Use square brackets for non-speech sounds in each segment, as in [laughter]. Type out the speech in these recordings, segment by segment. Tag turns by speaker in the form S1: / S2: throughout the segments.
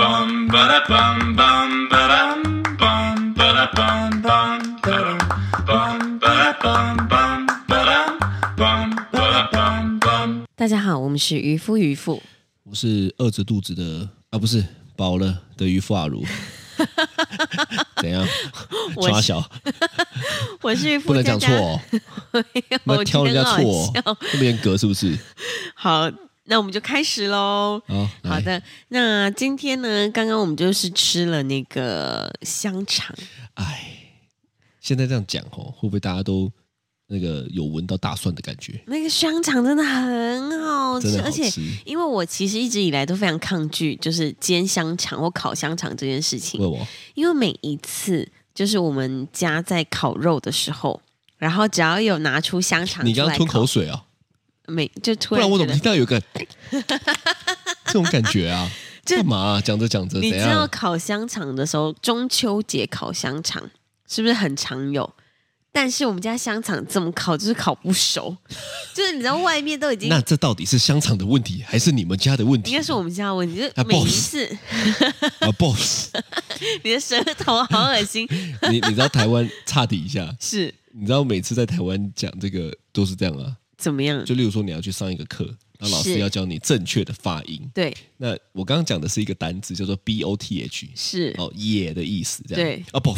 S1: bum ba da bum bum ba dum bum ba da bum bum ba dum bum ba da bum bum ba dum bum ba da bum bum.
S2: 大家好，我们是渔夫渔妇，
S3: 我是饿着肚子的啊，不是饱了的渔夫
S2: [laughs]
S3: 阿如。怎样？
S2: 我
S3: 抓
S2: 是
S3: 小
S2: 我是渔夫，
S3: 不能讲错哦，
S2: 佳佳，
S3: 不
S2: [laughs] 我
S3: 能挑人家错
S2: 觉得很
S3: 哦
S2: 好，
S3: 那么严格是不是？
S2: 笑。好，那我们就开始喽。
S3: 好，
S2: [laughs] 好
S3: 来
S2: 的，那今天呢，刚刚我们就是吃了那个香肠，
S3: 哎，现在这样讲哦，会不会大家都那个有闻到大蒜的感觉？
S2: 那个香肠真的很好吃，
S3: 真的
S2: 哦
S3: 好
S2: 而且
S3: 吃，
S2: 因为我其实一直以来都非常抗拒就是煎香肠或烤香肠这件事情
S3: 为，我
S2: 因为每一次就是我们家在烤肉的时候，然后只要有拿出香肠出来
S3: 你
S2: 烤，
S3: 刚刚吞口水啊，
S2: 没就突
S3: 不然
S2: 然
S3: 我
S2: 觉
S3: 怎么
S2: 得
S3: 听，到有个这种感觉
S2: [laughs]
S3: 啊？
S2: 就
S3: 干嘛啊讲着讲着怎
S2: 你知道
S3: 样？
S2: 烤香肠的时候，中秋节烤香肠是不是很常有？但是我们家香肠怎么烤就是烤不熟， [laughs] 就是你知道外面都已经
S3: [laughs] 那这到底是香肠的问题，还是你们家的问题？
S2: 应该是我们家的问题，就是
S3: 啊
S2: 每一
S3: boss
S2: 次 [laughs]
S3: 啊，boss，
S2: 你的舌头好恶心，
S3: 你你知道台湾差底一下，
S2: 是
S3: 你知道每次在台湾讲这个都是这样啊，
S2: 怎么样？
S3: 就例如说你要去上一个课，那老师
S2: 是
S3: 要教你正确的发音。
S2: 对，
S3: 那我刚刚讲的是一个单字，叫做 b o t h，
S2: 是
S3: 哦，也的意思，这样
S2: 对
S3: 啊不，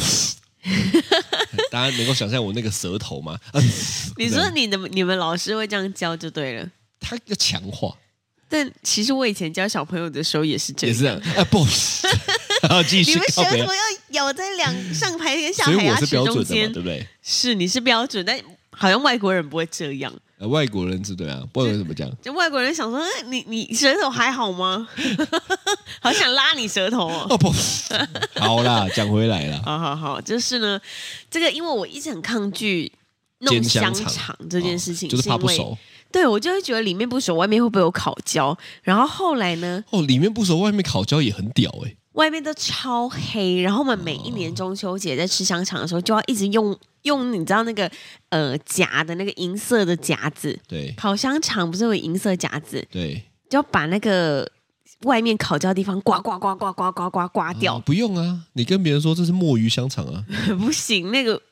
S3: 大家能够想象我那个舌头吗？啊、
S2: 你
S3: 这
S2: 说
S3: 样
S2: 你的你们老师会这样教就对了。
S3: 他要强化，
S2: 但其实我以前教小朋友的时候也是这
S3: 也
S2: 样，
S3: 是这样啊不，然后继
S2: 你
S3: 续
S2: 们舌
S3: 靠
S2: 头
S3: 北啊，
S2: 要咬在两上排跟下
S3: 所以
S2: 排牙
S3: 我是
S2: 齿
S3: 标
S2: 中
S3: 准的嘛，
S2: 间
S3: 对不，对？
S2: 是你是标准，但好像外国人不会这样。
S3: 呃，外国人是对啊，外国人怎么讲？
S2: [laughs] 就外国人想说，哎你你舌头还好吗？ [laughs] 好想拉你舌头哦。
S3: 哦不， [laughs] 好啦，讲回来啦，
S2: 好好好，就是呢，这个因为我一直很抗拒弄
S3: 煎
S2: 香
S3: 肠
S2: 肠这件事情，
S3: 哦就是怕不
S2: 因为
S3: 熟。
S2: 对我就会觉得里面不熟，外面会不会有烤焦？然后后来呢，
S3: 哦，里面不熟，外面烤焦也很屌哎、
S2: 外面都超黑，然后我们每一年中秋节在吃香肠的时候，就要一直用用你知道那个呃夹的那个银色的夹子，
S3: 对
S2: 烤香肠不是有银色夹子，
S3: 对，
S2: 就要把那个外面烤焦的地方刮刮刮刮刮刮刮刮
S3: 啊
S2: 掉，
S3: 不用啊，你跟别人说这是墨鱼香肠
S2: [laughs]
S3: 啊，
S2: 不行，那个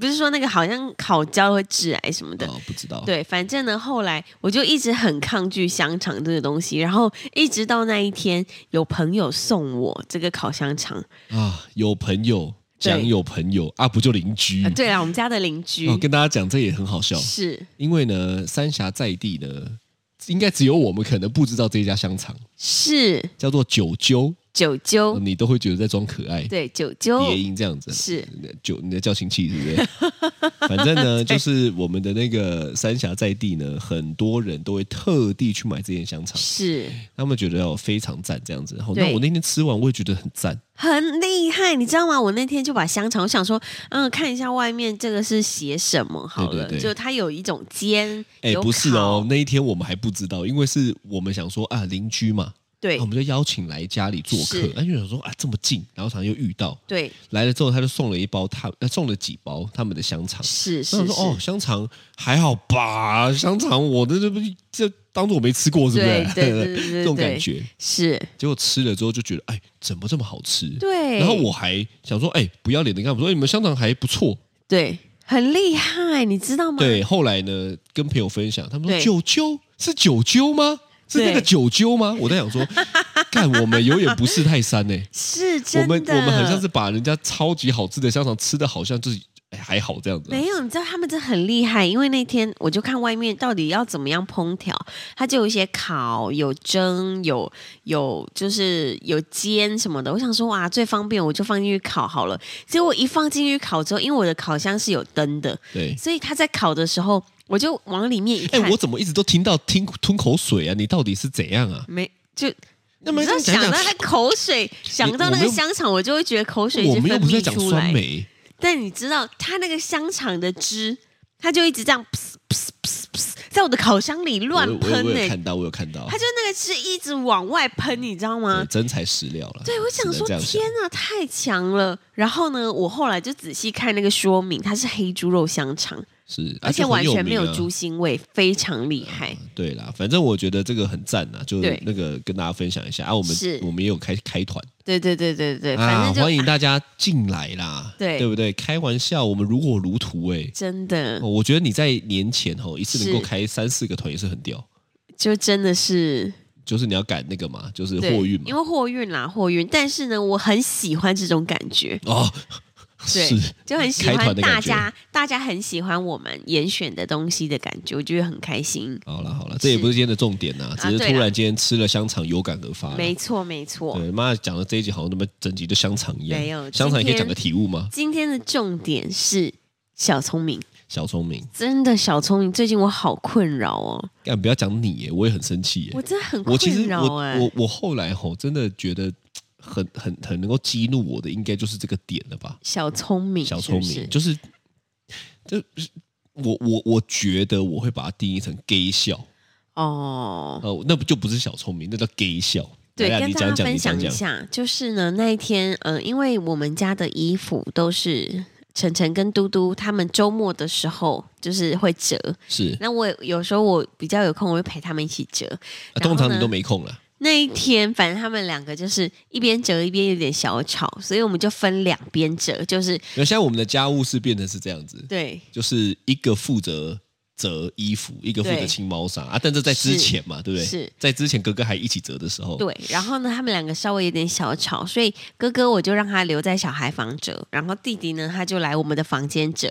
S2: 不是说那个好像烤焦会致癌什么的。
S3: 哦，不知道，
S2: 对，反正呢，后来我就一直很抗拒香肠这个东西，然后一直到那一天，有朋友送我这个烤香肠，
S3: 啊，有朋友
S2: 对
S3: 讲有朋友啊，不就邻居？
S2: 啊对啊，我们家的邻居、
S3: 哦，跟大家讲这也很好笑，
S2: 是
S3: 因为呢，三峡在地呢，应该只有我们可能不知道这家香肠
S2: 是
S3: 叫做九鸠、
S2: 九
S3: 哦
S2: 九，
S3: 你都会觉得在装可爱，
S2: 对九九
S3: 叠音这样子。
S2: 哦是
S3: 九，你的叫亲戚是不是？ [laughs] 反
S2: [laughs]
S3: 正呢，就是我们的那个三峡在地呢，很多人都会特地去买这间香肠。
S2: 是
S3: 他们觉得哦非常赞这样子。哦
S2: 对
S3: 那我那天吃完，我也觉得很赞。
S2: 很厉害，你知道吗？我那天就把香肠，我想说，嗯，看一下外面这个是写什么好了，
S3: 对对对
S2: 就它有一种煎，
S3: 哎，
S2: 有
S3: 不是哦
S2: 烤，，
S3: 那一天我们还不知道，因为是我们想说啊邻居嘛，
S2: 对
S3: 那我们就邀请来家里做客
S2: 是，
S3: 那就想说啊这么近，然后常常又遇到，
S2: 对，
S3: 来了之后他就送了一包他呃送了几包他们的香肠。
S2: 是
S3: 那
S2: 是
S3: 我
S2: 是，
S3: 说哦，香肠还好吧，香肠我的这不这当做我没吃过，是不
S2: 对
S3: [laughs] 是？
S2: 对对对对
S3: 这种感觉。
S2: 是，
S3: 结果吃了之后就觉得，哎，怎么这么好吃？
S2: 对，
S3: 然后我还想说，哎，不要脸的跟他们说，哎你们香肠还不错，
S2: 对很厉害，你知道吗？
S3: 对，后来呢，跟朋友分享，他们说
S2: 对
S3: 九鸠是九鸠吗？是那个
S2: 对
S3: 九鸠吗？我在
S2: [laughs]
S3: 想说，干我们有眼不识泰山呢、
S2: 是
S3: 我
S2: 真的，
S3: 们我们很像是把人家超级好吃的香肠吃的，好像就是哎还好这样子啊、
S2: 没有，你知道他们真的很厉害，因为那天我就看外面到底要怎么样烹调，它就有一些烤、有蒸、有有就是有煎什么的。我想说哇，最方便我就放进去烤好了。结果一放进去烤之后，因为我的烤箱是有灯的， [laughs]
S3: 对，
S2: 所以它在烤的时候，我就往里面一
S3: 哎、
S2: 看，
S3: 我怎么一直都听到听吞口水啊？你到底是怎样啊？
S2: 没就。
S3: 那么
S2: 你知道
S3: 这样
S2: 想
S3: 讲
S2: 到
S3: 讲
S2: 那口水，想到那
S3: 我们
S2: 个
S3: 又
S2: 香肠，我就会觉得口水一
S3: 我
S2: 直
S3: 们又
S2: 分
S3: 不是在
S2: 泌
S3: 讲
S2: 出
S3: 酸
S2: 来。
S3: 梅，
S2: 但你知道，它那个香肠的汁，它就一直这样噗噗噗噗，在我的烤箱里
S3: 我
S2: 乱
S3: 有我有
S2: 喷
S3: 我
S2: 呢、
S3: 有看到，我有看到
S2: 它，就那个汁一直往外喷，你知道吗
S3: 对？真材实料了。
S2: 对，我想
S3: 只能
S2: 说
S3: 这，样
S2: 天
S3: 想
S2: 啊，太强了！然后呢，我后来就仔细看那个说明，它是黑猪肉香肠，
S3: 是，啊
S2: 而且
S3: 就
S2: 完
S3: 很
S2: 全没有
S3: 名啊
S2: 猪腥味，非常厉害。
S3: 对啦，反正我觉得这个很赞啊呐，就
S2: 对
S3: 那个跟大家分享一下啊，我们
S2: 是
S3: 我们也有开开团
S2: 对对对对对，反
S3: 啊，
S2: 正就、
S3: 欢迎大家进来啦，
S2: 对
S3: 对不对？开玩笑，我们如火如荼哎、
S2: 真的
S3: 哦我觉得你在年前哦一次能够
S2: 是
S3: 开三四个团也是很屌，
S2: 就真的是
S3: 就是你要赶那个嘛，就是
S2: 对
S3: 货运
S2: 因
S3: 嘛，
S2: 为货运啦，货运。但是呢，我很喜欢这种感觉，
S3: 哦，
S2: 对
S3: 是，
S2: 就很喜
S3: 开团
S2: 欢
S3: 的感
S2: 大
S3: 觉
S2: 家，大家很喜欢我们严选的东西的感觉，我觉得很开心。
S3: 好了好了，这也不是今天的重点呐，只是
S2: 啊对啦
S3: 突然间吃了香肠有感而发啦。
S2: 没错，没错。
S3: 啊对，妈讲的这一集好像他妈整集就香肠一样，
S2: 没有
S3: 香肠也
S2: 今
S3: 可以
S2: 天
S3: 讲个体悟吗？
S2: 今天的重点是小聪明，
S3: 小聪明，
S2: 真的小聪明。最近我好困扰哦，
S3: 干不要讲你耶，我也很生气耶
S2: 我。真的很
S3: 我其实
S2: 困扰
S3: 我
S2: 哎、
S3: 我我后来吼真的觉得很很很能够激怒我的，应该就是这个点了吧？
S2: 小聪明，
S3: 小聪明
S2: 是不是
S3: 就是，就是我我我觉得我会把它定义成 gay 笑，
S2: 哦。
S3: 呃，那不就不是小聪明，那叫 gay 笑。
S2: 对，
S3: 来来
S2: 跟
S3: 你
S2: 大家
S3: 讲讲，
S2: 分
S3: 你讲
S2: 享一
S3: 讲，
S2: 下，就是呢，那一天，嗯、因为我们家的衣服都是晨晨跟嘟嘟他们周末的时候就是会折，
S3: 是、
S2: 那我有时候我比较有空，我会陪他们一起折。
S3: 啊通常
S2: 呢
S3: 你都没空了。
S2: 那一天，反正他们两个就是一边折一边有点小吵，所以我们就分两边折，就是
S3: 那现在我们的家务事变成是这样子，
S2: 对
S3: 就是一个负责折衣服，一个负责
S2: 对
S3: 清猫砂啊。但是在之
S2: 是
S3: 前嘛，对不对？
S2: 是
S3: 在之前哥哥还一起折的时候，
S2: 对。然后呢，他们两个稍微有点小吵，所以哥哥我就让他留在小孩房折，然后弟弟呢他就来我们的房间折。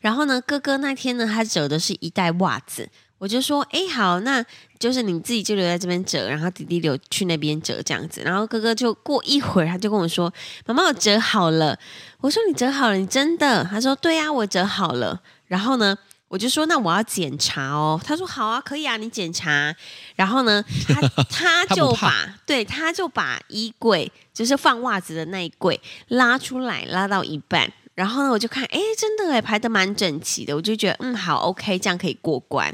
S2: 然后呢，哥哥那天呢他折的是一袋袜子。我就说，哎，好，那就是你自己就留在这边折，然后弟弟留去那边折这样子。然后哥哥就过一会儿，他就跟我说：“妈妈，我折好了。”我说：“你折好了，你真的？”他说：“对呀、啊我折好了。”然后呢，我就说：“那我要检查哦。”他说：“好啊，可以啊，你检查。”然后呢，
S3: [laughs]
S2: 他他
S3: 他不
S2: 就
S3: 怕
S2: 把对，他就把衣柜就是放袜子的那一柜拉出来，拉到一半。然后呢，我就看，哎，真的哎，排的蛮整齐的，我就觉得，嗯，好，OK，这样可以过关。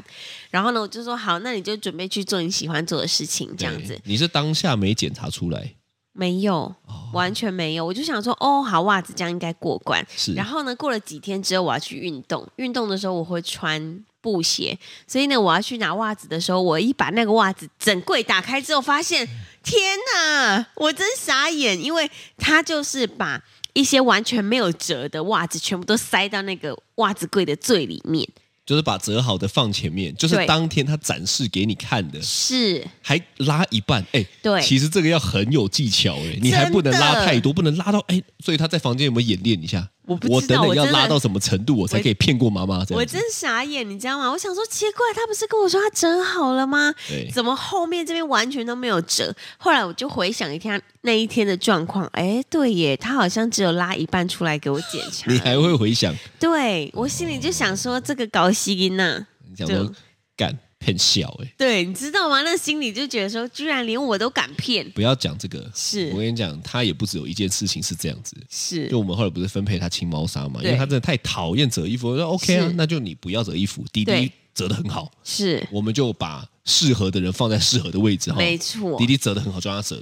S2: 然后呢，我就说好，那你就准备去做你喜欢做的事情，这样
S3: 对
S2: 子。
S3: 你是当下没检查出来，
S2: 没有，
S3: 哦
S2: 完全没有。我就想说，哦，好，袜子这样应该过关。
S3: 是
S2: 然后呢，过了几天之后，我要去运动。运动的时候我会穿布鞋，所以呢，我要去拿袜子的时候，我一把那个袜子整柜打开之后，发
S3: 嗯
S2: 现天哪，我真傻眼，因为他就是把一些完全没有折的袜子全部都塞到那个袜子柜的最里面。
S3: 就是把折好的放前面，就是
S2: 对
S3: 当天他展示给你看的，
S2: 是，
S3: 还拉一半。哎，
S2: 对
S3: 其实这个要很有技巧哎，你还不能拉太多，不能拉到哎，所以他在房间有没有演练一下？
S2: 我不知道
S3: 我等等
S2: 我
S3: 要
S2: 真的
S3: 拉到什么程度，我才可以骗过妈妈这
S2: 我
S3: 样子。
S2: 真傻眼，你知道吗？我想说奇怪，他不是跟我说他折好了吗？
S3: 对，
S2: 怎么后面这边完全都没有折？后来我就回想一下那一天的状况，哎，对耶，他好像只有拉一半出来给我检查。
S3: 你还会回想，
S2: 对我心里就想说，这个搞西音呐，
S3: 你想说
S2: 就
S3: 干骗笑哎。
S2: 对，你知道吗？那心里就觉得说，居然连我都敢骗，
S3: 不要讲这个，
S2: 是
S3: 我跟你讲，他也不只有一件事情是这样子。
S2: 是
S3: 就我们后来不是分配他清猫砂嘛，因
S2: 对
S3: 为他真的太讨厌折衣服，我说 OK 啊
S2: 是，
S3: 那就你不要折衣服，弟弟
S2: 对
S3: 折的很好，
S2: 是，
S3: 我们就把适合的人放在适合的位置哈。
S2: 没错
S3: 哦弟，弟折的很好，就让他折。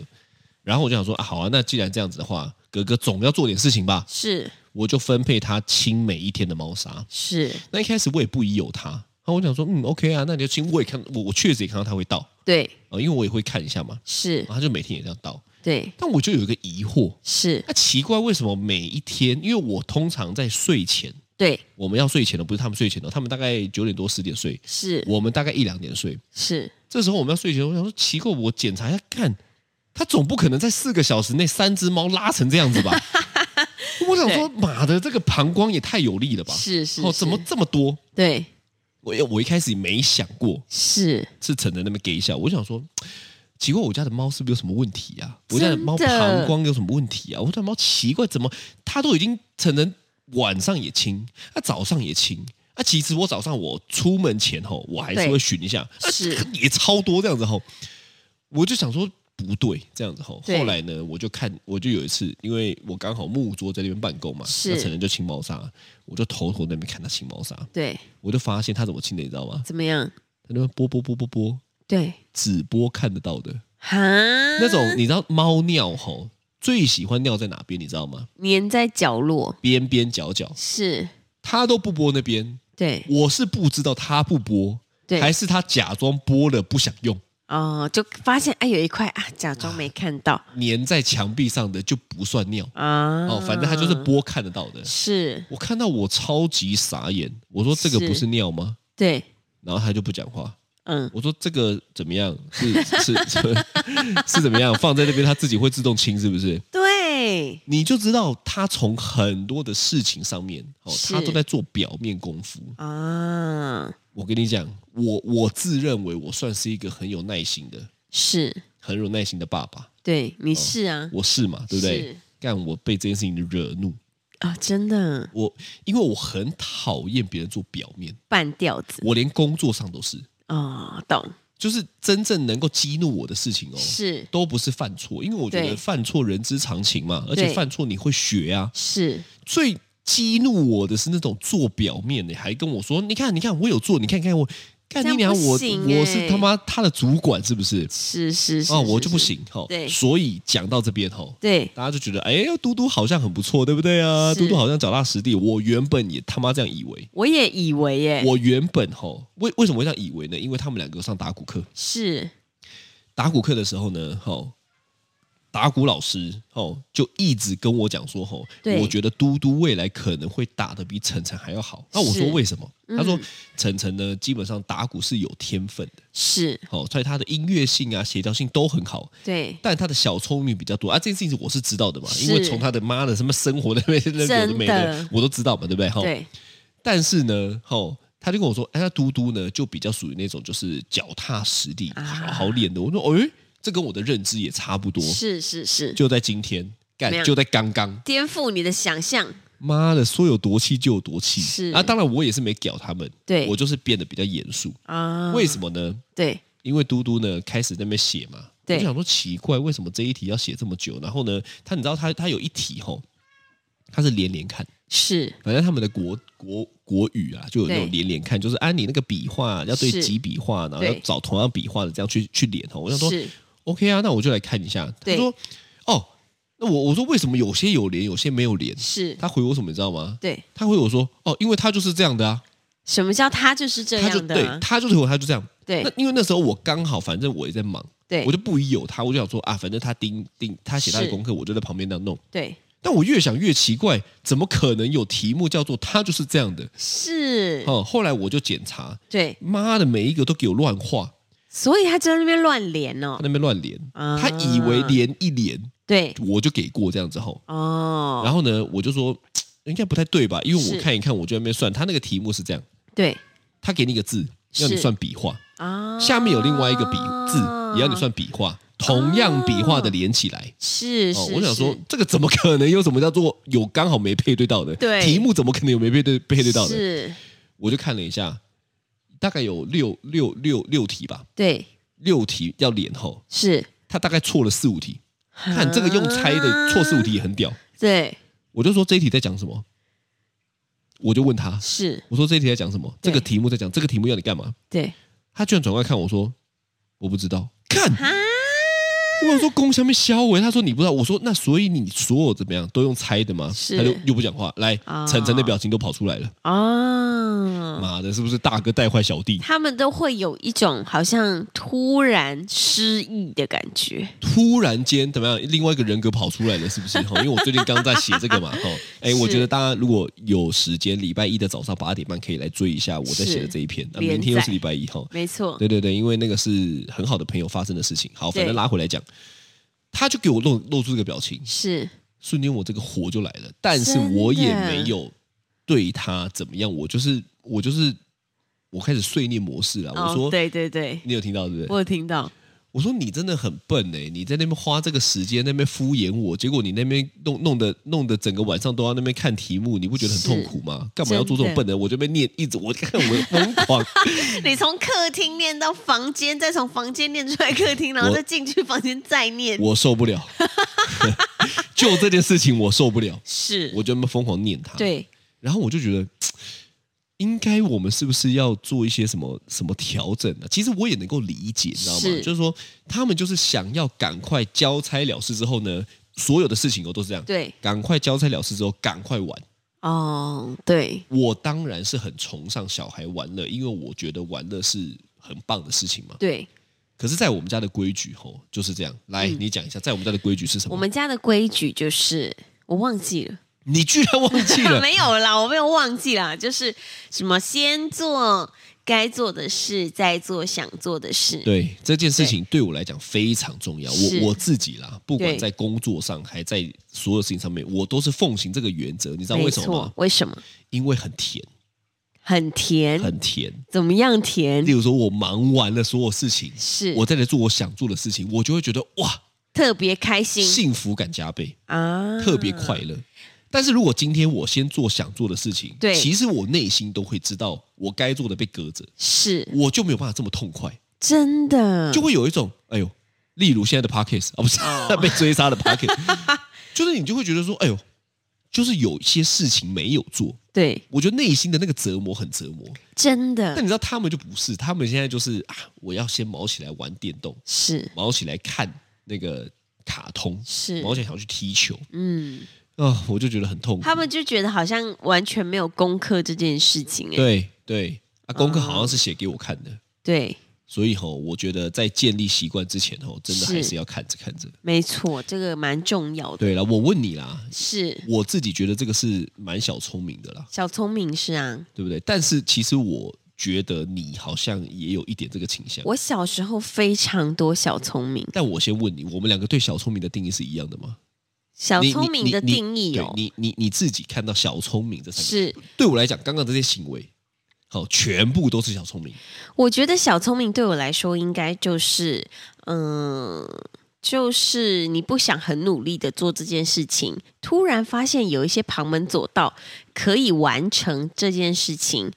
S3: 然后我就想说啊，好啊，那既然这样子的话，哥哥总要做点事情吧，
S2: 是
S3: 我就分配他清每一天的猫砂。
S2: 是，
S3: 那一开始我也不疑有他，然后我想说，嗯，OK 啊，那你就清。我也看，我我确实也看到他会倒，
S2: 对，
S3: 呃，因为我也会看一下嘛，
S2: 是
S3: 然后他就每天也这样倒。
S2: 对，
S3: 但我就有一个疑惑，
S2: 是
S3: 那、奇怪，为什么每一天？因为我通常在睡前，
S2: 对，
S3: 我们要睡前的不是他们睡前的，他们大概九点多十点睡，
S2: 是
S3: 我们大概一两点睡。
S2: 是
S3: 这时候我们要睡前，我想说奇怪，我检查一下，看他总不可能在四个小时内三只猫拉成这样子吧？ [laughs] 我想说，妈的，这个膀胱也太有力了吧？
S2: 是是
S3: 哦，怎么
S2: 是
S3: 这么多？
S2: 对
S3: 我我一开始也没想过
S2: 是
S3: 是陈晨那边给一下，我想说。奇怪，我家的猫是不是有什么问题啊？我
S2: 真
S3: 家
S2: 的
S3: 的猫膀胱有什么问题啊？我家的猫奇怪，怎么它都已经成人晚上也清，啊早上也清，啊其实我早上我出门前吼，我还是
S2: 对
S3: 会巡一下，啊
S2: 是
S3: 也超多这样子吼，我就想说不对这样子吼。
S2: 对
S3: 后来呢，我就看我就有一次，因为我刚好木桌在那边办公嘛，
S2: 是
S3: 那成人就清猫砂，我就偷偷在那边看他清猫砂，
S2: 对，
S3: 我就发现他怎么清的，你知道吗？
S2: 怎么样？
S3: 在那边拨拨拨拨拨，
S2: 对，
S3: 只拨看得到的。
S2: 哈，嗯
S3: 那种你知道猫尿吼最喜欢尿在哪边，你知道吗？
S2: 粘在角落
S3: 边边角角，
S2: 是。
S3: 它都不拨那边，
S2: 对，
S3: 我是不知道他不播，
S2: 对
S3: 还是他假装播了不想用，
S2: 哦，就发现哎有一块啊，假装没看到
S3: 粘在墙壁上的就不算尿。
S2: 啊。
S3: 哦，反正他就是播看得到的。
S2: 是，
S3: 我看到我超级傻眼，我说这个
S2: 是
S3: 不是尿吗？
S2: 对，
S3: 然后他就不讲话。
S2: 嗯，
S3: 我说这个怎么样？是是 [laughs] 是是怎么样？放在那边他自己会自动清是不是？
S2: 对，
S3: 你就知道他从很多的事情上面，哦，
S2: 是
S3: 他都在做表面功夫。
S2: 啊，
S3: 我跟你讲，我我自认为我算是一个很有耐心的、
S2: 是，
S3: 很有耐心的爸爸，
S2: 对，你是啊，
S3: 我是嘛，对不对
S2: 是？
S3: 但我被这件事情惹怒，
S2: 啊，真的
S3: 我因为我很讨厌别人做表面，
S2: 半吊子
S3: 我连工作上都是，
S2: 哦，懂，
S3: 就是真正能够激怒我的事情哦，
S2: 是
S3: 都不是犯错，因为我觉得
S2: 对
S3: 犯错人之常情嘛，而且
S2: 对
S3: 犯错你会学啊。
S2: 是，
S3: 最激怒我的是那种做表面的，还跟我说：“你看，你看，我有做，你看你看我，看
S2: 这样
S3: 你俩
S2: 不
S3: 我
S2: 行欸
S3: 我是他妈他的主管是不是？
S2: 是是是
S3: 哦，我
S2: 是
S3: 就不
S2: 是
S3: 行哈。
S2: 对
S3: 所以讲到这边哈，
S2: 对，
S3: 大家就觉得哎，嘟嘟好像很不错，对不对啊？
S2: 是
S3: 嘟嘟好像脚踏实地。我原本也他妈这样以为，
S2: 我也以为耶，
S3: 我原本哈为为什么会这样以为呢？因为他们两个有上打鼓课，
S2: 是
S3: 打鼓课的时候呢，哈。打鼓老师哦，就一直跟我讲说，吼，
S2: 对
S3: 我觉得嘟嘟未来可能会打得比晨晨还要好。那我说
S2: 是
S3: 为什么？
S2: 嗯
S3: 他说晨晨呢，基本上打鼓是有天分的，
S2: 是，
S3: 哦，所以他的音乐性啊、协调性都很好。
S2: 对，
S3: 但他的小聪明比较多啊，这件事情我是知道的嘛，
S2: 是
S3: 因为从他的妈的什么生活那边那个有的没
S2: 真
S3: 的
S2: 的，
S3: 我都知道嘛，对不对？哈，
S2: 对，
S3: 但是呢，吼，他就跟我说，哎，那嘟嘟呢就比较属于那种就是脚踏实地、
S2: 啊
S3: 好好练的。我说，哎，这跟我的认知也差不多。
S2: 是是是，
S3: 就在今天，
S2: 怎么
S3: 干
S2: 样
S3: 就在刚刚，
S2: 颠覆你的想象，
S3: 妈的，说有多气就有多气。
S2: 是
S3: 啊，当然我也是没屌他们，
S2: 对
S3: 我就是变得比较严肃。
S2: 啊，
S3: 为什么呢？
S2: 对
S3: 因为嘟嘟呢开始在那边写嘛，我
S2: 对
S3: 就想说奇怪，为什么这一题要写这么久？然后呢，他你知道他他有一题吼，他是连连看，
S2: 是
S3: 反正他们的国国国语啊，就有那种
S2: 对
S3: 连连看，就是啊你那个笔画要对
S2: 是
S3: 几笔画，然后要
S2: 对
S3: 找同样笔画的这样去去连吼。我想说
S2: 是
S3: OK 啊，那我就来看一下。他
S2: 对
S3: 说哦，那我我说为什么有些有连，有些没有连？
S2: 是，
S3: 他回我什么你知道吗？
S2: 对，
S3: 他回我说哦，因为他就是这样的啊，
S2: 什么叫他就是这
S3: 他就
S2: 样的
S3: 对
S2: 啊？
S3: 他就是我他就这样。
S2: 对
S3: 那因为那时候我刚好，反正我也在忙。
S2: 对
S3: 我就不疑有他，我就想说啊，反正他盯盯他写他的
S2: 是
S3: 功课，我就在旁边那样弄。
S2: 对
S3: 但我越想越奇怪，怎么可能有题目叫做他就是这样的？
S2: 是，
S3: 哦、后来我就检查，
S2: 对，
S3: 妈的，每一个都给我乱画，
S2: 所以他就在那边乱连
S3: 他
S2: 哦，
S3: 那边乱连，
S2: 啊
S3: 他以为连一连
S2: 对
S3: 我就给过这样之后，
S2: 哦，
S3: 然后呢，我就说嘖应该不太对吧？因为我
S2: 是
S3: 看一看，我就在那边算，他那个题目是这样，
S2: 对
S3: 他给你一个字，要你
S2: 是
S3: 算笔画，
S2: 啊，
S3: 下面有另外一个笔字，也要你算笔画，同样笔画的连起来。
S2: 是
S3: 哦
S2: 是，，
S3: 我想说
S2: 是，
S3: 这个怎么可能有什么叫做有刚好没配对到的？
S2: 对
S3: 题目怎么可能有没配对配对到的？
S2: 是，
S3: 我就看了一下，大概有六六六六题吧，
S2: 对
S3: 六题要连吼，
S2: 是，
S3: 他大概错了四五题。看这个用猜的
S2: 啊
S3: 错四五题也很屌，
S2: 对
S3: 我就说这一题在讲什么，我就问他，
S2: 是，
S3: 我说这一题在讲什么？这
S2: 对
S3: 个题目在讲这个题目要你干嘛？
S2: 对
S3: 他居然转过来看我说，我不知道，看。我有说攻下面消维，他说你不知道，我说那所以你所有怎么样都用猜的吗？
S2: 是
S3: 他就又不讲话，来
S2: 啊
S3: 晨晨的表情都跑出来了，
S2: 啊，
S3: 妈的，是不是大哥带坏小弟？
S2: 他们都会有一种好像突然失忆的感觉。
S3: 突然间怎么样，另外一个人格跑出来了，是不
S2: [laughs]
S3: 是？哈，因为我最近刚在写这个嘛，哈，哎，
S2: 是
S3: 我觉得大家如果有时间，礼拜一的早上八点半可以来追一下我在写的这一篇，那
S2: 连载
S3: 明天又是礼拜一哈，
S2: 没错，
S3: 对对对，因为那个是很好的朋友发生的事情。好，反正
S2: 对
S3: 拉回来讲，他就给我露露出这个表情，
S2: 是
S3: 瞬间我这个火就来了，但是
S2: 真的
S3: 我也没有
S2: 嗯
S3: 对他怎么样，我就是我就是我开始碎念模式了。我说，
S2: 哦，对对对，
S3: 你有听到对不
S2: 我
S3: 对？
S2: 有听到，
S3: 我说你真的很笨哎、你在那边花这个时间那边敷衍我，结果你那边弄弄的弄的整个晚上都要那边看题目，你不觉得很
S2: 是
S3: 痛苦吗？干嘛要做这
S2: 真的
S3: 种笨人？我就被念一直我看我 [laughs] 疯狂，
S2: [laughs] 你从客厅念到房间，再从房间念出来客厅，然后
S3: 我
S2: 再进去房间再念，
S3: 我受不了， [laughs] 就这件事情我受不了，
S2: 是，
S3: 我就那么疯狂念他。
S2: 对
S3: 然后我就觉得，应该我们是不是要做一些什么什么调整呢、其实我也能够理解，你知道吗？
S2: 是
S3: 就是说，他们就是想要赶快交差了事之后呢，所有的事情哦都是这样，
S2: 对
S3: 赶快交差了事之后，赶快玩，
S2: 哦，对，
S3: 我当然是很崇尚小孩玩乐，因为我觉得玩乐是很棒的事情嘛。
S2: 对，
S3: 可是，在我们家的规矩吼就是这样。来，你讲一下，在我们家的规矩是什
S2: 嗯
S3: 么？
S2: 我们家的规矩就是我忘记了，
S3: 你居然忘记了？
S2: [laughs] 没有啦，我没有忘记啦，就是什么先做该做的事，再做想做的事。
S3: 对这件事情对我来讲非常重要。
S2: 是
S3: 我我自己啦，不管
S2: 对
S3: 在工作上，还在所有事情上面，我都是奉行这个原则。你知道为
S2: 没
S3: 什么
S2: 错
S3: 吗？，
S2: 为什么？
S3: 因为很甜，
S2: 很甜，
S3: 很甜。
S2: 怎么样甜
S3: 例？如说，我忙完了所有事情，
S2: 是
S3: 我再来做我想做的事情，我就会觉得哇，
S2: 特别开心
S3: 幸福感加倍，
S2: 啊，
S3: 特别快乐。但是如果今天我先做想做的事情，
S2: 对
S3: 其实我内心都会知道我该做的被隔着，
S2: 是嗯
S3: 我就没有办法这么痛快。
S2: 真的，
S3: 就会有一种哎呦，例如现在的 Parkes 啊，不是、
S2: 哦
S3: [laughs] 被追杀的
S2: [laughs]
S3: Parkes，就是你就会觉得说，哎呦，就是有些事情没有做，
S2: 对，
S3: 我觉得内心的那个折磨很折磨。
S2: 嗯真
S3: 但
S2: 的
S3: 你知道他们就不是，他们现在就是啊，我要先毛起来玩电动，
S2: 是
S3: 毛起来看那个卡通，
S2: 是，
S3: 毛起来想要去踢球
S2: 嗯，
S3: 啊、我就觉得很痛苦
S2: 他。们就觉得好像完全没有功课这件事情，哎，
S3: 对对，啊，功课
S2: 嗯
S3: 好像是写给我看的。
S2: 对，
S3: 所以吼，我觉得在建立习惯之前吼，真的还
S2: 是
S3: 是要看着看着。
S2: 没错，这个蛮重要的，
S3: 对了，我问你啦，
S2: 是
S3: 我自己觉得这个是蛮小聪明的啦，
S2: 小聪明是啊，
S3: 对不对？但是其实我觉得你好像也有一点这个倾向。
S2: 我小时候非常多小聪明，
S3: 但我先问你，我们两个对小聪明的定义是一样的吗？
S2: 小
S3: 你
S2: 聪明的
S3: 你你
S2: 定义哦
S3: 对，你你你自己看到小聪明这三个字，
S2: 是
S3: 对我来讲，刚刚这些行为，好，全部都是小聪明。
S2: 我觉得小聪明对我来说，应该就是，嗯、就是你不想很努力的做这件事情，突然发现有一些旁门左道可以完成这件事情，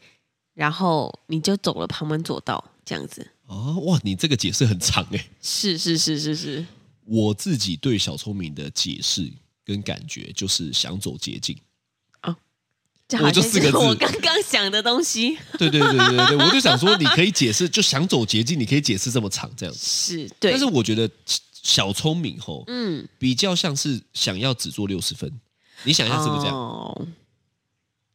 S2: 然后你就走了旁门左道，这样子。
S3: 哦，哇，你这个解释很长欸诶、
S2: 是是是是是，
S3: 我自己对小聪明的解释跟感觉就是想走捷径。
S2: [laughs] 这好
S3: 我就
S2: 像
S3: 四个
S2: 是
S3: 字
S2: 我刚刚想的东西。
S3: 对对对对对对，我就想说，你可以解释，就想走捷径，你可以解释这么长这样
S2: [laughs]
S3: 子。
S2: 是 [laughs] 对，
S3: 但是我觉得小聪明吼，
S2: 嗯，
S3: 比较像是想要只做六十分。你想一下是不是这样？
S2: 哦，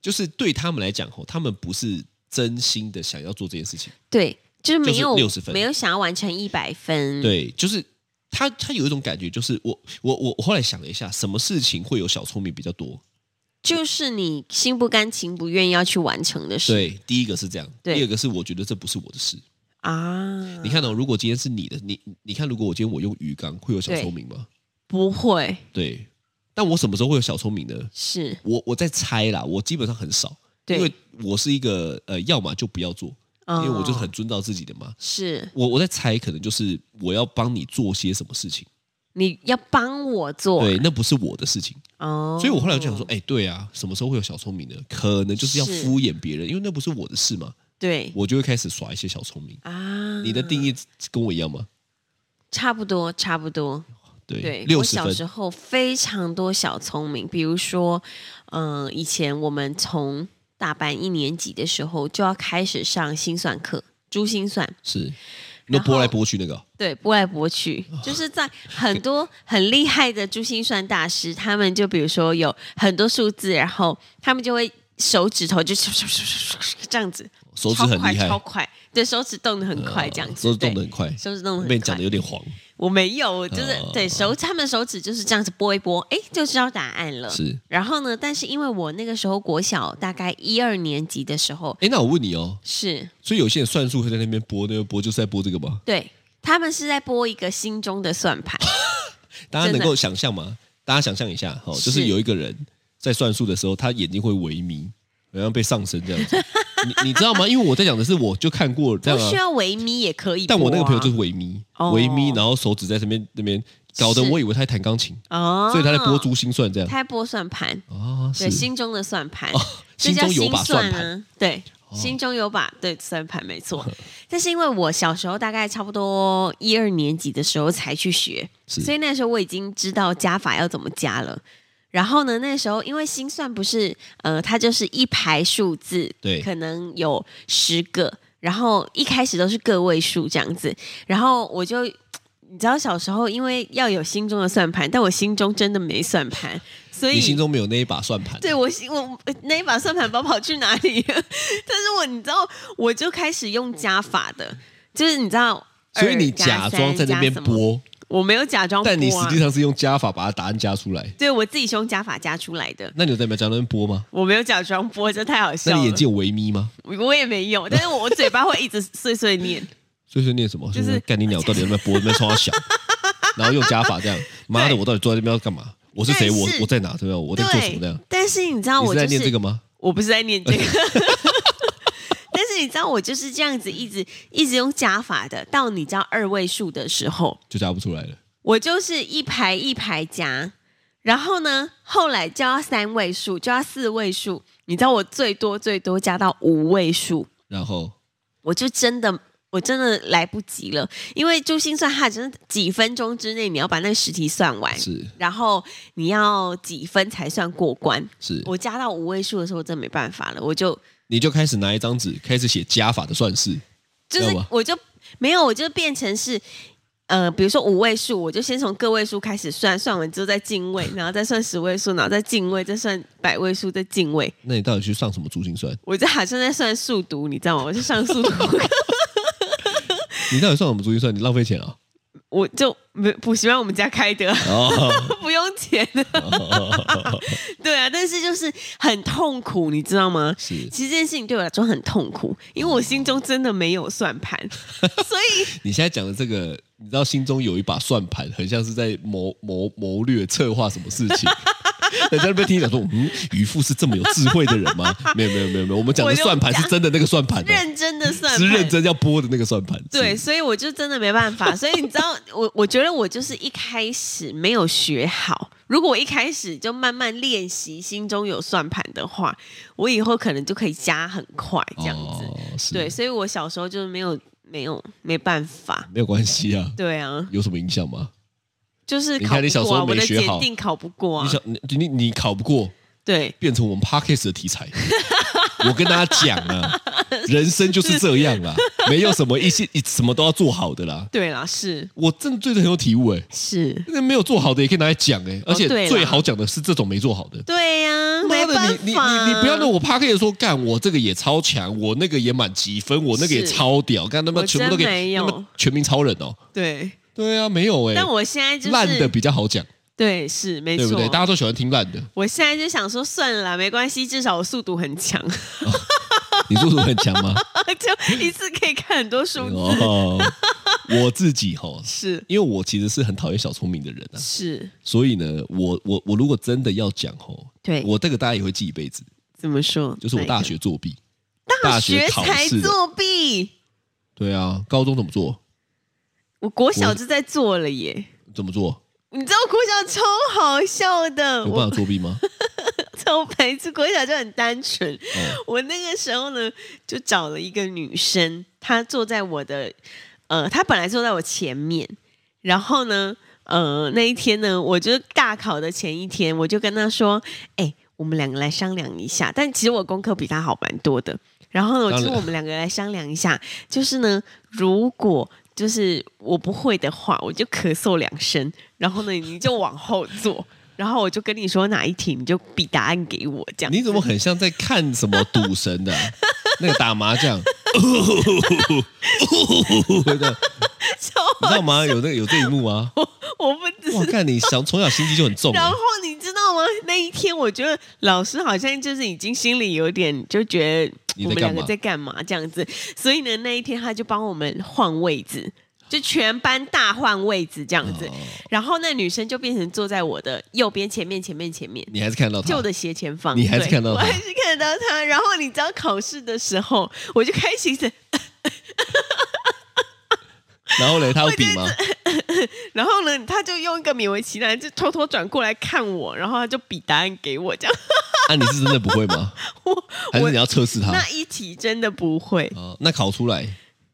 S3: 就是对他们来讲吼，他们不是真心的想要做这件事情，
S2: 对，就是没
S3: 就是
S2: 有
S3: 60分
S2: 没有想要完成一百分。，
S3: 对，就是他他有一种感觉，就是我我我我后来想了一下，什么事情会有小聪明比较多？
S2: 就是你心不甘情不愿要去完成的事。
S3: 对，第一个是这样，
S2: 对
S3: 第二个是我觉得这不是我的事。
S2: 啊，
S3: 你看哦，如果今天是你的，你你看，如果我今天我用鱼缸，会有小
S2: 对
S3: 聪明吗？
S2: 不会
S3: 对，但我什么时候会有小聪明呢？
S2: 是
S3: 我我在猜啦，我基本上很少，
S2: 对，
S3: 因为我是一个呃，要么就不要做，
S2: 因
S3: 因为我就是很
S2: 哦
S3: 遵照自己的嘛。
S2: 是
S3: 我我在猜，可能就是我要帮你做些什么事情，
S2: 你要帮我做
S3: 对，那不是我的事情。
S2: 哦，
S3: 所以我后来就想说，哎、对啊，什么时候会有小聪明呢？可能就是要
S2: 是
S3: 敷衍别人，因为那不是我的事嘛，
S2: 对
S3: 我就会开始耍一些小聪明。
S2: 啊，
S3: 你的定义跟我一样吗？
S2: 差不多差不多。
S3: 对，
S2: 对，
S3: 六
S2: 我
S3: 十
S2: 小时
S3: 分，
S2: 候非常多小聪明，比如说，嗯、以前我们从大班一年级的时候就要开始上心算课，珠心算，
S3: 是。那
S2: 然后
S3: 拨来拨去那个哦，
S2: 对，拨来拨去，就是在很多很厉害的珠心算大师，他们就比如说有很多数字，然后他们就会手指头就这样子，
S3: 手指
S2: 超
S3: 很
S2: 快
S3: 厉害
S2: 超，快，对手指动得很快，这样
S3: 呃
S2: 子，
S3: 手指动得
S2: 对
S3: 很快，
S2: 手指动得
S3: 被
S2: 很
S3: 你讲的
S2: 快。嗯
S3: 有点黄，
S2: 我没有，我就是、
S3: 哦
S2: 对手，他们手指就是这样子拨一拨，哎，就知道答案了。
S3: 是。
S2: 然后呢，但是因为我那个时候国小大概一二年级的时候，
S3: 哎，那我问你哦，
S2: 是
S3: 所以有些人算术会在那边拨，那边拨就是在拨这个吗？
S2: 对他们是在拨一个心中的算盘，
S3: 大家
S2: 真的
S3: 能够想象吗？大家想象一下，哦，
S2: 是
S3: 就是有一个人在算数的时候，他眼睛会萎靡，好像被上身这
S2: [laughs]
S3: 样子。你你知道吗？因为我在讲的是我就看过这
S2: 不
S3: 样
S2: 需
S3: 啊，
S2: 要维咪也可以拨啊、
S3: 但我那个朋友就是萎靡，
S2: 哦
S3: 萎靡，然后手指在那边那边，搞得
S2: 是
S3: 我以为他在弹钢琴，
S2: 哦，
S3: 所以他在拨，珠心算这样
S2: 他在拨算盘，
S3: 啊，
S2: 对
S3: 是哦
S2: 心中的算盘，这
S3: 心
S2: 叫
S3: 中有
S2: 心
S3: 把
S2: 算
S3: 盘，
S2: 啊，对。心中有把对算盘没错，但是因为我小时候大概差不多一二年级的时候才去学，
S3: 是
S2: 所以那时候我已经知道加法要怎么加了。然后呢，那时候因为心算不是，呃，它就是一排数字，
S3: 对
S2: 可能有十个，然后一开始都是个位数这样子，然后我就。你知道小时候因为要有心中的算盘，但我心中真的没算盘，所以
S3: 你心中没有那一把算盘，啊
S2: 对我心我呃那一把算盘包跑去哪里？ [laughs] 但是我你知道，我就开始用加法的，就是你知道，
S3: 所以你
S2: 2加
S3: 假装在那边
S2: 3加什么，
S3: 播，
S2: 我没有假装、啊，
S3: 但你实际上是用加法把它答案加出来。
S2: 对我自己是用加法加出来的。
S3: 那你有在假装那边播吗？
S2: 我没有假装播，这太好
S3: 那
S2: 笑
S3: 你
S2: 了
S3: 眼。睛有微眯吗？
S2: 我也没有，但是我我嘴巴会一直碎碎
S3: [laughs]
S2: 念。
S3: 所以说念什么？
S2: 就是
S3: 干你鸟到底有没有播，有没有冲他 [laughs] 小，然后用加法这样。妈的，
S2: 对
S3: 我到底坐在这边要干嘛？我是谁？
S2: 但
S3: 我
S2: 是
S3: 我在哪？对吧？我在做什么？这样
S2: 对，？但是你知道
S3: 你
S2: 我
S3: 是
S2: 就
S3: 在
S2: 是
S3: 念这个吗？
S2: 我不是在念这
S3: [laughs]
S2: 个，但是你知道我就是这样子一直一直用加法的，到你知道二位数的时候，
S3: 就答不出来了。
S2: 我就是一排一排加，然后呢，后来就要三位数，就要四位数，你知道我最多最多加到五位数，
S3: 然后
S2: 我就真的。我真的来不及了，因为珠心算它真的几分钟之内你要把那个十题算完，
S3: 是
S2: 然后你要几分才算过关。
S3: 是，
S2: 我加到五位数的时候，我真没办法了，我就
S3: 你就开始拿一张纸，开始写加法的算式。
S2: 就
S3: 要
S2: 是
S3: 吗
S2: 我就没有，我就变成是。呃，比如说五位数，我就先从个位数开始算，算完之后再进
S3: [laughs]
S2: 位，然后再算十位数，然后再进位，再算百位数，再进位。
S3: 那你到底去上什么珠心算？
S2: 我就好像在算数独，你知道吗？我就上数独，
S3: 你到底上什么珠心算？你浪费钱 [laughs] 啊！
S2: 我就没补习班我们家开的， [laughs]
S3: 哦，
S2: 不用钱的。对啊，但是就是很痛苦，你知道吗？
S3: 是
S2: 其实这件事情对我来说很痛苦，因为我心中真的没有算
S3: [laughs]
S2: 盘，所以 [laughs]
S3: 你现在讲的这个，你知道心中有一把算盘，很像是在谋谋谋略策划什么事情。 [laughs] 人家那边听你讲说，嗯，渔夫是这么有智慧的人
S2: [laughs]
S3: 吗？没有没有没有没有，我们讲的
S2: 我就
S3: 算盘是真的那个算盘、哦，
S2: 认真的算盘，
S3: 是认真要播的那个算盘。
S2: 对，
S3: 是
S2: 所以我就真的没办
S3: [laughs]
S2: 法。所以你知道，我我觉得我就是一开始没有学好。如果我一开始就慢慢练习，心中有算盘的话，我以后可能就可以加很快这样子。
S3: 哦、是
S2: 对，，所以我小时候就是没有没有没办法。
S3: 没有关系啊，
S2: 对啊，
S3: 有什么影响吗？
S2: 就是
S3: 你
S2: 考
S3: 看你
S2: 不
S3: 小时
S2: 过、啊，
S3: 候
S2: 我
S3: 没
S2: 的
S3: 学
S2: 检
S3: 好
S2: 定考不过
S3: 你
S2: 啊。
S3: 想，你你你考不过，
S2: 对，
S3: 变成我们 podcast 的
S2: [laughs]
S3: 题材。我跟大家讲啊，人生就是这样啦，没有什么一些一什么都要做好的啦。
S2: 对啦，是
S3: 我真的对这很有体悟哎、
S2: 是，
S3: 那没有做好的也可以拿来讲哎、而且
S2: 哦对啦
S3: 最好讲的是这种没做好的。
S2: 对呀、
S3: 妈
S2: 没
S3: 的，
S2: 办
S3: 你
S2: 法。
S3: 你你你不要让我 p a r k 说干，我这个也超强，我那个也满积分，我那个也
S2: 是
S3: 超屌，干他妈
S2: 我
S3: 全部都
S2: 真
S3: 给
S2: 没有
S3: 他妈全民超人哦。
S2: 对，
S3: 对啊，没有哎、
S2: 但我现在就是
S3: 烂的比较好讲，
S2: 对是没
S3: 对
S2: 错，
S3: 不对？大家都喜欢听烂的。
S2: 我现在就想说，算了啦，没关系，至少我速读很强，
S3: [laughs]
S2: [laughs]
S3: 你速度很强吗？
S2: 就一次可以看很多书。
S3: 哦，我自己哈、
S2: 是
S3: 因为我其实是很讨厌小聪明的人啊，
S2: 是，
S3: 所以呢，我我我如果真的要讲吼，
S2: 对
S3: 我这个大家也会记一辈子，
S2: 怎么说？
S3: 就是我
S2: 哪
S3: 大
S2: 一个
S3: 学作弊，
S2: 大
S3: 学
S2: 学
S3: 考
S2: 才
S3: 试的，
S2: 作弊，
S3: 对啊，高中怎么做？
S2: 我国小
S3: 我
S2: 就在做了耶。
S3: 怎么做？
S2: 你知道国小超好笑的，
S3: 有办
S2: 我 [laughs]
S3: 法作弊吗？
S2: 超白痴，国小就很单纯。
S3: 哦，
S2: [laughs] 我那个时候呢，就找了一个女生，她坐在我的，呃，她本来坐在我前面，然后呢，呃，那一天呢，我就大考的前一天，我就跟她说，哎、我们两个来商量一下。但其实我功课比她好蛮多的。然后呢，我
S3: 当
S2: 就
S3: 然
S2: 我们两个来商量一下，就是呢，如果就是我不会的话，我就咳嗽两声，然后呢，你就往后坐。然后我就跟你说哪一题，你就比答案给我，这样 [laughs]
S3: 你怎么很像在看什么赌神的啊、 [laughs] 那个打麻将？的，
S2: 超
S3: 你知道吗？有那个有这一幕吗？
S2: [laughs] 我不知
S3: 哇，看你小从小心机就很重欸、
S2: 然后你知道吗？那一天我觉得老师好像就是已经心里有点就觉得
S3: 你
S2: 我
S3: 在
S2: 们两
S3: 干
S2: 个
S3: 嘛
S2: 在干嘛这样子，所以呢那一天他就帮我们换位置，就全班大换位置这样子。
S3: 哦
S2: 然后那女生就变成坐在我的右边前面前面前面，
S3: 你还是看到他，
S2: 就我的斜前方，
S3: 你还是
S2: 对
S3: 看到
S2: 我
S3: 他
S2: 还是看到他。然后你知道考试的时候，我就开始一直 [laughs]
S3: 然后嘞，他有比吗？
S2: 然后呢，他就用一个勉为其难，就偷偷转过来看我，然后他就比答案给我这样。
S3: [laughs]
S2: [laughs]
S3: 啊，你是真的不会吗？
S2: 我
S3: 还是
S2: 我
S3: 你要测试他？
S2: 那一题真的不会
S3: 哦，那考出来，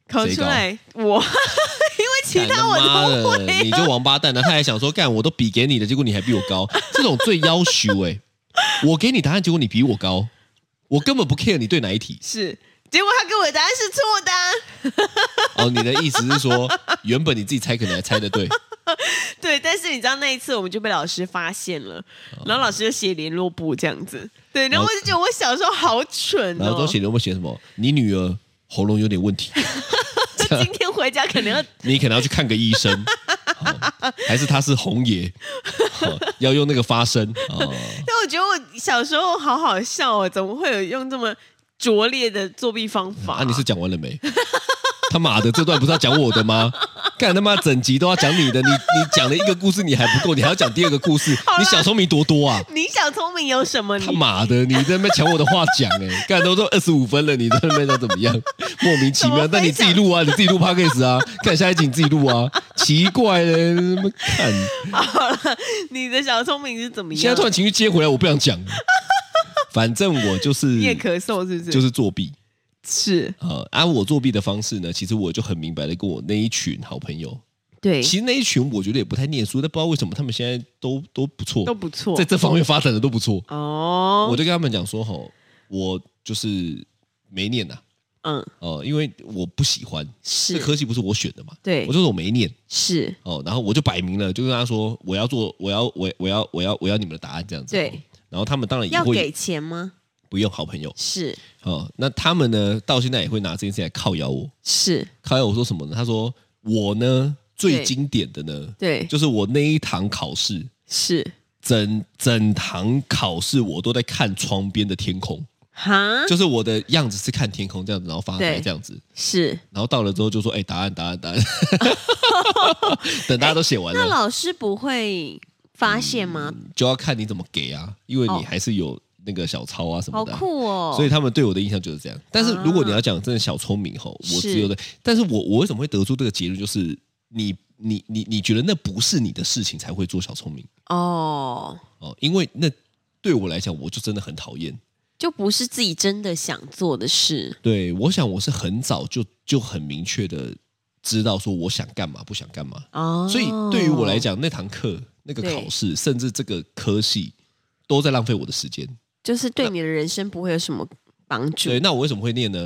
S2: 考
S3: 谁
S2: 出
S3: 搞
S2: 来，我 [laughs] 因为其
S3: 干
S2: 他我
S3: 妈
S2: 都
S3: 的，
S2: 会
S3: 你
S2: 啊、
S3: 就王八蛋了。他还想说，干我都比给你的，结果你还比我
S2: [laughs]
S3: 高，这种最要欸求哎、我给你答案，结果你比我高，我根本不 care 你对哪一题，
S2: 是，结果他给我的答案是错的啊、
S3: 哦，你的意思是说，原本你自己猜可能还猜的对，
S2: 对，但是你知道那一次我们就被老师发现了，
S3: 哦
S2: 然后老师就写联络簿这样子。对，然后我就觉得我小时候好蠢
S3: 然后
S2: 哦
S3: 都。写我们写什么？你女儿喉咙有点问题，
S2: 今天回家可能要
S3: 你可能要去看个医生，哦、还是她是红爷，哦要用那个发声哦。
S2: 但我觉得我小时候好好笑哦，怎么会有用这么拙劣的作弊方法？
S3: 啊，你是讲完了没？他妈的，这段不是要讲我的吗？干他妈整集都要讲你的，你你讲了一个故事你还不够，你还要讲第二个故事，
S2: 啦
S3: 你小聪明多多啊！
S2: 你小聪明有什么？
S3: 他
S2: 你
S3: 妈的，你在那边抢我的话讲哎、
S2: [laughs]
S3: 干都都二十五分了，你在那边想怎么样？莫名其
S2: 怎么
S3: 妙，
S2: 分享
S3: 但你自己录啊，你自己录 podcast 啊，看下一集你自己录啊，奇怪嘞，那么
S2: [laughs]
S3: 看，
S2: 好了，你的小聪明是怎么
S3: 现在
S2: 样
S3: 突？然情绪接回来，我不
S2: [laughs]
S3: 想讲了，反正我就是
S2: 你也咳嗽是不是？
S3: 就是作弊。
S2: 是，
S3: 呃，按、我作弊的方式呢，其实我就很明白的跟我那一群好朋友，
S2: 对，
S3: 其实那一群我觉得也不太念书，但不知道为什么他们现在都都不错，
S2: 都不错
S3: 在。这方面发展的都不错。
S2: 哦
S3: 我，就跟他们讲说，吼，我就是没念呐、啊
S2: 嗯，
S3: 哦、因为我不喜欢这
S2: 是，
S3: 科系，不是我选的嘛，
S2: 对
S3: 我就说我没念
S2: 是，
S3: 哦，然后我就摆明了就跟他说，我要做，我要，我我要，我要，我要你们的答案这样子。
S2: 对
S3: 哦，然后他们当然也
S2: 要给
S3: 会
S2: 钱吗？
S3: 不用好朋友
S2: 是，
S3: 哦，那他们呢，到现在也会拿这件事来靠咬我，
S2: 是，
S3: 靠咬我说什么呢？他说我呢
S2: 对
S3: 最经典的呢，
S2: 对，
S3: 就是我那一堂考试。
S2: 是，
S3: 整整堂考试我都在看窗边的天空，
S2: 嗯哈，
S3: 就是我的样子是看天空这样子，然后发呆
S2: 对
S3: 这样子，
S2: 是。
S3: 然后到了之后就说：“哎、答案，答案，答案。” [laughs] 等大家都写完
S2: 哎那
S3: 了，
S2: 老师不会发现吗？
S3: 就要看你怎么给啊，因为
S2: 哦
S3: 你还是有那个小抄啊什么
S2: 好
S3: 的啊、
S2: 酷哦！啊
S3: 所以他们对我的印象就是这样。但是如果你要讲真的小聪明吼，我
S2: 是
S3: 只有的，但是我我为什么会得出这个结论，就是你你你你觉得那不是你的事情才会做小聪明
S2: 哦，
S3: 哦，因为那对我来讲，我就真的很讨厌。
S2: 就不是自己真的想做的事。
S3: 对，我想我是很早就就很明确的知道说我想干嘛，不想干嘛。
S2: 哦，
S3: 所以对于我来，讲，那堂课、那个
S2: 对
S3: 考试，甚至这个科系，都在浪费我的时间。
S2: 就是对你的人生不会有什么帮助
S3: 对，那我为什么会念呢？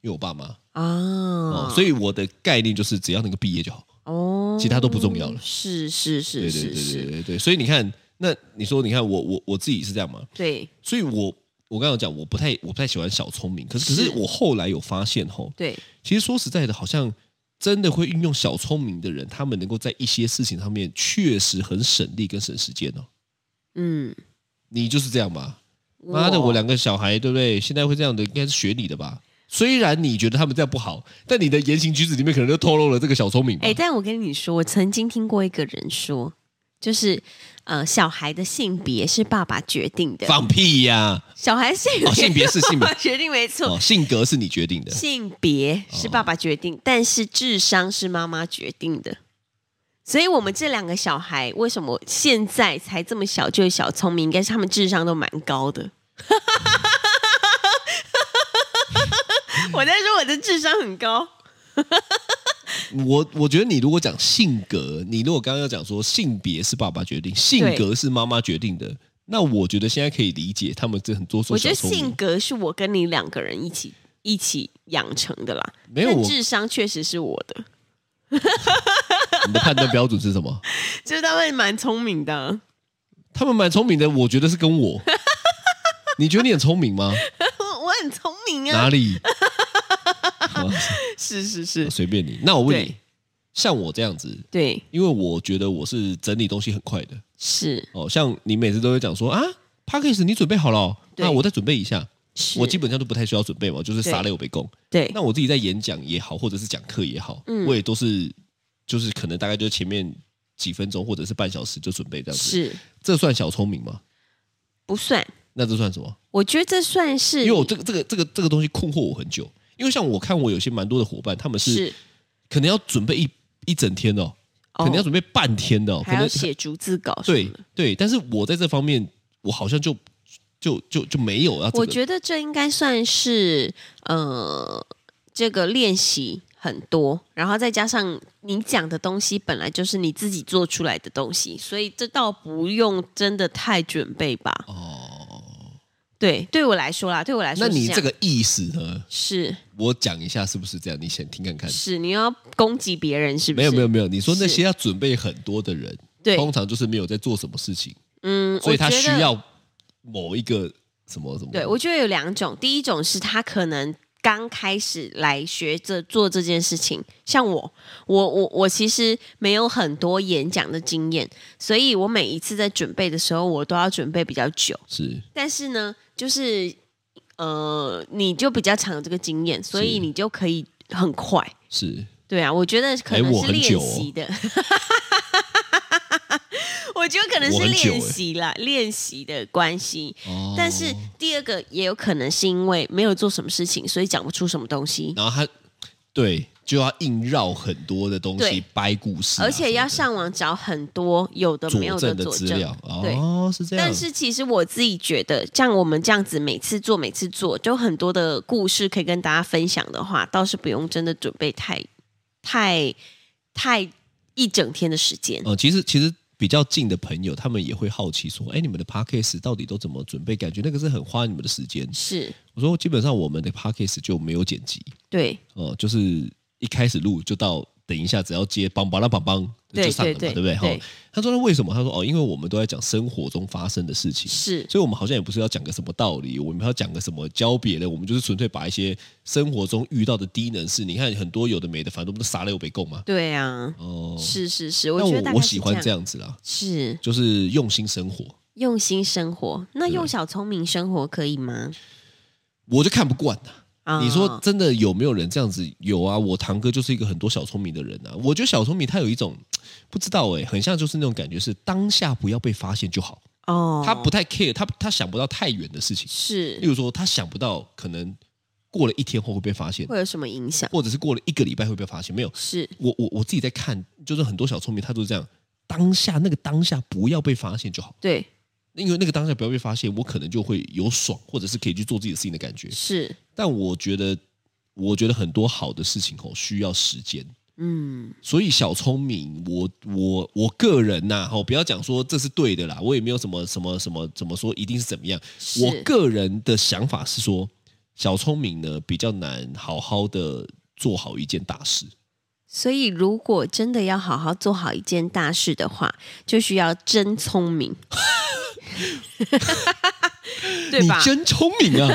S3: 因为我爸妈
S2: 啊、
S3: 哦
S2: 哦，
S3: 所以我的概念就是只要能够毕业就好。
S2: 哦，
S3: 其他都不重要了
S2: 是是
S3: 对
S2: 是
S3: 对
S2: 是
S3: 对对
S2: 是，
S3: 对对，所以你看，那你说，你看我我我自己是这样嘛？
S2: 对
S3: 所以我我刚刚讲，我不太我不太喜欢小聪明，可是可
S2: 是
S3: 是我后来有发现吼，
S2: 对
S3: 其实说实在的，好像真的会运用小聪明的人，他们能够在一些事情上面确实很省力跟省时间哦。
S2: 嗯，
S3: 你就是这样吧？妈的，我两个小孩，对不对？现在会这样的，应该是学你的吧？虽然你觉得他们这样不好，但你的言行举止里面可能就透露了这个小聪明吧。
S2: 哎，但我跟你说，我曾经听过一个人说，就是呃，小孩的性别是爸爸决定的，
S3: 放屁呀、
S2: 小孩性别、
S3: 哦性别是性别
S2: 爸爸 [laughs] 决定没错。
S3: 哦，性格是你决定的。
S2: 性别是爸爸决定，
S3: 哦
S2: 但是智商是妈妈决定的。所以，我们这两个小孩为什么现在才这么小就有小聪明？应该是他们智商都蛮高
S3: [laughs]
S2: 的。 [laughs] 我在说我的智商很高，
S3: 我我觉得你如果讲性格，你如果刚刚要讲说性别是爸爸决定，性格是妈妈决定的，那我觉得现在可以理解他们这很多说
S2: 我觉得
S3: 小聪明。
S2: 性格是我跟你两个人一起一起养成的啦。
S3: 没有
S2: 但
S3: 我
S2: 智商确实是我的，
S3: 你的判断标准是什么？
S2: [laughs] 就是他们蛮聪明的 [laughs] 啊、
S3: 他们蛮聪明的，我觉得是
S2: [laughs]
S3: 跟我。你觉得你很聪明吗？
S2: 我我很聪明啊
S3: 哪，里？
S2: 是是是，
S3: 随便你。那我问你
S2: 对，
S3: 像我这样子，
S2: 对，
S3: 因为我觉得我是整理东西很快的
S2: 是
S3: 哦。像你每次都会讲说啊 p a c k a g e 你准备好了哦、
S2: 对
S3: 那我再准备一下。
S2: 是，
S3: 我基本上都不太需要准备嘛，就是
S2: 对
S3: 撒雷我被供。
S2: 对
S3: 那我自己在演讲也好，或者是讲课也好，
S2: 嗯
S3: 我也都是就是可能大概就前面几分钟或者是半小时就准备这样子。
S2: 是
S3: 这算小聪明吗？
S2: 不算。
S3: 那这算什么？
S2: 我觉得这算是
S3: 因为我这个这个这个这个东西困惑我很久，因为像我看我有些蛮多的伙伴，他们是
S2: 是
S3: 可能要准备一一整天的、哦，
S2: 哦
S3: 可能要准备半天的、哦，可
S2: 还要
S3: 能
S2: 写逐字稿什么
S3: 对
S2: 的。
S3: 对，但是我在这方面我好像就就就就没有啊要、这个。
S2: 我觉得这应该算是呃，这个练习很多，然后再加上你讲的东西本来就是你自己做出来的东西，所以这倒不用真的太准备吧。
S3: 哦，
S2: 对，对我来说啦，对我来说
S3: 那
S2: 是这样，
S3: 你这个意识呢？
S2: 是
S3: 我讲一下是不是这样？你先听看看。
S2: 是你要攻击别人是不
S3: 没
S2: 是？
S3: 有没有没有，你说那
S2: 是
S3: 些要准备很多的人，
S2: 对
S3: 通常就是没有在做什么事情，
S2: 嗯，
S3: 所以他
S2: 我觉
S3: 需
S2: 得
S3: 要某一个什么什么。
S2: 对，我觉得有两种，第一种是他可能刚开始来学着做这件事情，像我，我我我其实没有很多演讲的经验，所以我每一次在准备的时候，我都要准备比较久。
S3: 是
S2: 但是呢，就是呃，你就比较常有这个经验，所以
S3: 是
S2: 你就可以很快。
S3: 是，
S2: 对啊，我觉得可
S3: 哎
S2: 能
S3: 我
S2: 是
S3: 很久
S2: 练
S3: 哦
S2: 习的。 [laughs] 我觉得可能
S3: 我
S2: 是
S3: 很久
S2: 练
S3: 哎
S2: 习啦，练习的关系。
S3: 哦
S2: 但是第二个也有可能是因为没有做什么事情，所以讲不出什么东西，
S3: 然后他对就要硬绕很多的东
S2: 对
S3: 西掰故事啊什么的，
S2: 而且要上网找很多有的没有
S3: 佐证的
S2: 佐
S3: 资
S2: 证
S3: 料。。哦，是这样。
S2: 但是其实我自己觉得，像我们这样子每次做每次做，就很多的故事可以跟大家分享的话，倒是不用真的准备太太太一整天的时间。
S3: 呃，其实其实比较近的朋友，他们也会好奇说，哎，你们的 podcast 到底都怎么准备？感觉那个是很花你们的时间。
S2: 是
S3: 我说，基本上我们的 podcast 就没有剪辑，
S2: 对
S3: 哦，就是一开始录就到等一下，只要接梆梆啦梆梆
S2: 对
S3: 就上了嘛，
S2: 对
S3: 对不对？哈
S2: 对，
S3: 他说那为什么？他说哦，因为我们都在讲生活中发生的事情。
S2: 是
S3: 所以，我们好像也不是要讲个什么道理，我们要讲个什么教别的，我们就是纯粹把一些生活中遇到的低能事，你看很多有的没的，反正我们都撒了有被供嘛。
S2: 对啊，
S3: 哦，
S2: 是是是，我
S3: 但
S2: 觉得
S3: 我
S2: 大概
S3: 我
S2: 是
S3: 喜欢
S2: 这
S3: 这
S2: 样，
S3: 样子啦，
S2: 是
S3: 就是用心生活，
S2: 用心生活。那
S3: 对
S2: 用小聪明生活可以吗？
S3: 我就看不惯呐、
S2: 啊
S3: 你说真的有没有人这样子？有啊，我堂哥就是一个很多小聪明的人啊。我觉得小聪明他有一种不知道哎、很像就是那种感觉是当下不要被发现就好，
S2: 哦，
S3: 他不太 care，他他想不到太远的事情。例
S2: 是
S3: 如说，他想不到可能过了一天后会被发现，
S2: 会有什么影响？
S3: 或者是过了一个礼拜会被发现。没有，
S2: 是
S3: 我我我自己在看，就是很多小聪明他都是这样，当下那个当下不要被发现就好。
S2: 对，
S3: 因为那个当下不要被发现，我可能就会有爽，或者是可以去做自己的事情的感觉。
S2: 是
S3: 但我觉得，我觉得很多好的事情哦需要时间，
S2: 嗯，
S3: 所以小聪明，我我我个人呐、哦，不要讲说这是对的啦，我也没有什么什么什么怎么说一定是怎么样。
S2: 是
S3: 我个人的想法是说，小聪明呢比较难好好的做好一件大事，
S2: 所以如果真的要好好做好一件大事的话，就需要真聪明， [laughs] 对
S3: 你
S2: 吧？
S3: 真聪明啊！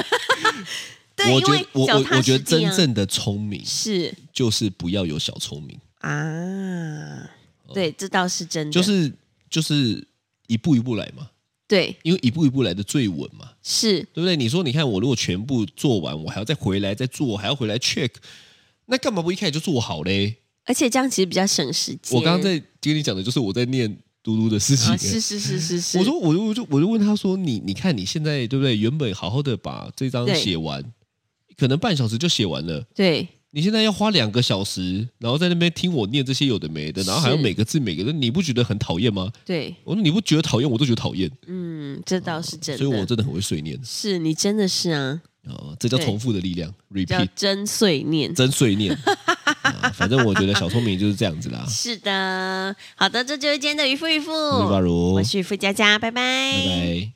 S2: [laughs] 对，
S3: 我
S2: 因
S3: 觉
S2: 为
S3: 得我
S2: 脚
S3: 我
S2: 踏
S3: 我觉
S2: 实
S3: 得
S2: 地啊
S3: 真正的聪明
S2: 是
S3: 就是不要有小聪明。
S2: 啊，对，这倒是真的，
S3: 哦就是就是一步一步来嘛，
S2: 对，
S3: 因为一步一步来的最稳嘛，
S2: 是
S3: 对不对？你说，你看我如果全部做完，我还要再回来再做，还要回来 check，那干嘛不一开始就做好嘞？
S2: 而且这样其实比较省时间。
S3: 我刚刚在跟你讲的就是我在念嘟嘟的事情、
S2: 啊，是是是是是，
S3: 我说，我就我就我就问他说，你你看你现在对不对？原本好好的把这张
S2: 对
S3: 写完，可能半小时就写完了。
S2: 对，
S3: 你现在要花两个小时，然后在那边听我念这些有的没的，然后还要
S2: 是
S3: 每个字每个字，你不觉得很讨厌吗？
S2: 对，
S3: 我说你不觉得讨厌，我都觉得讨厌。
S2: 嗯，这倒是真的。
S3: 所以我真的很会碎念
S2: 是你真的是啊，
S3: 啊，这叫
S2: 对
S3: 重复的力量
S2: 叫
S3: ，repeat，
S2: 真碎念。
S3: 真碎念。啊反正我觉得小聪明就是这样子 [laughs] 啦。
S2: 是的，好的，这就是今天的渔夫渔夫，
S3: 哦我是巴如，
S2: 我
S3: 拜
S2: 是渔夫佳佳，拜拜
S3: 拜。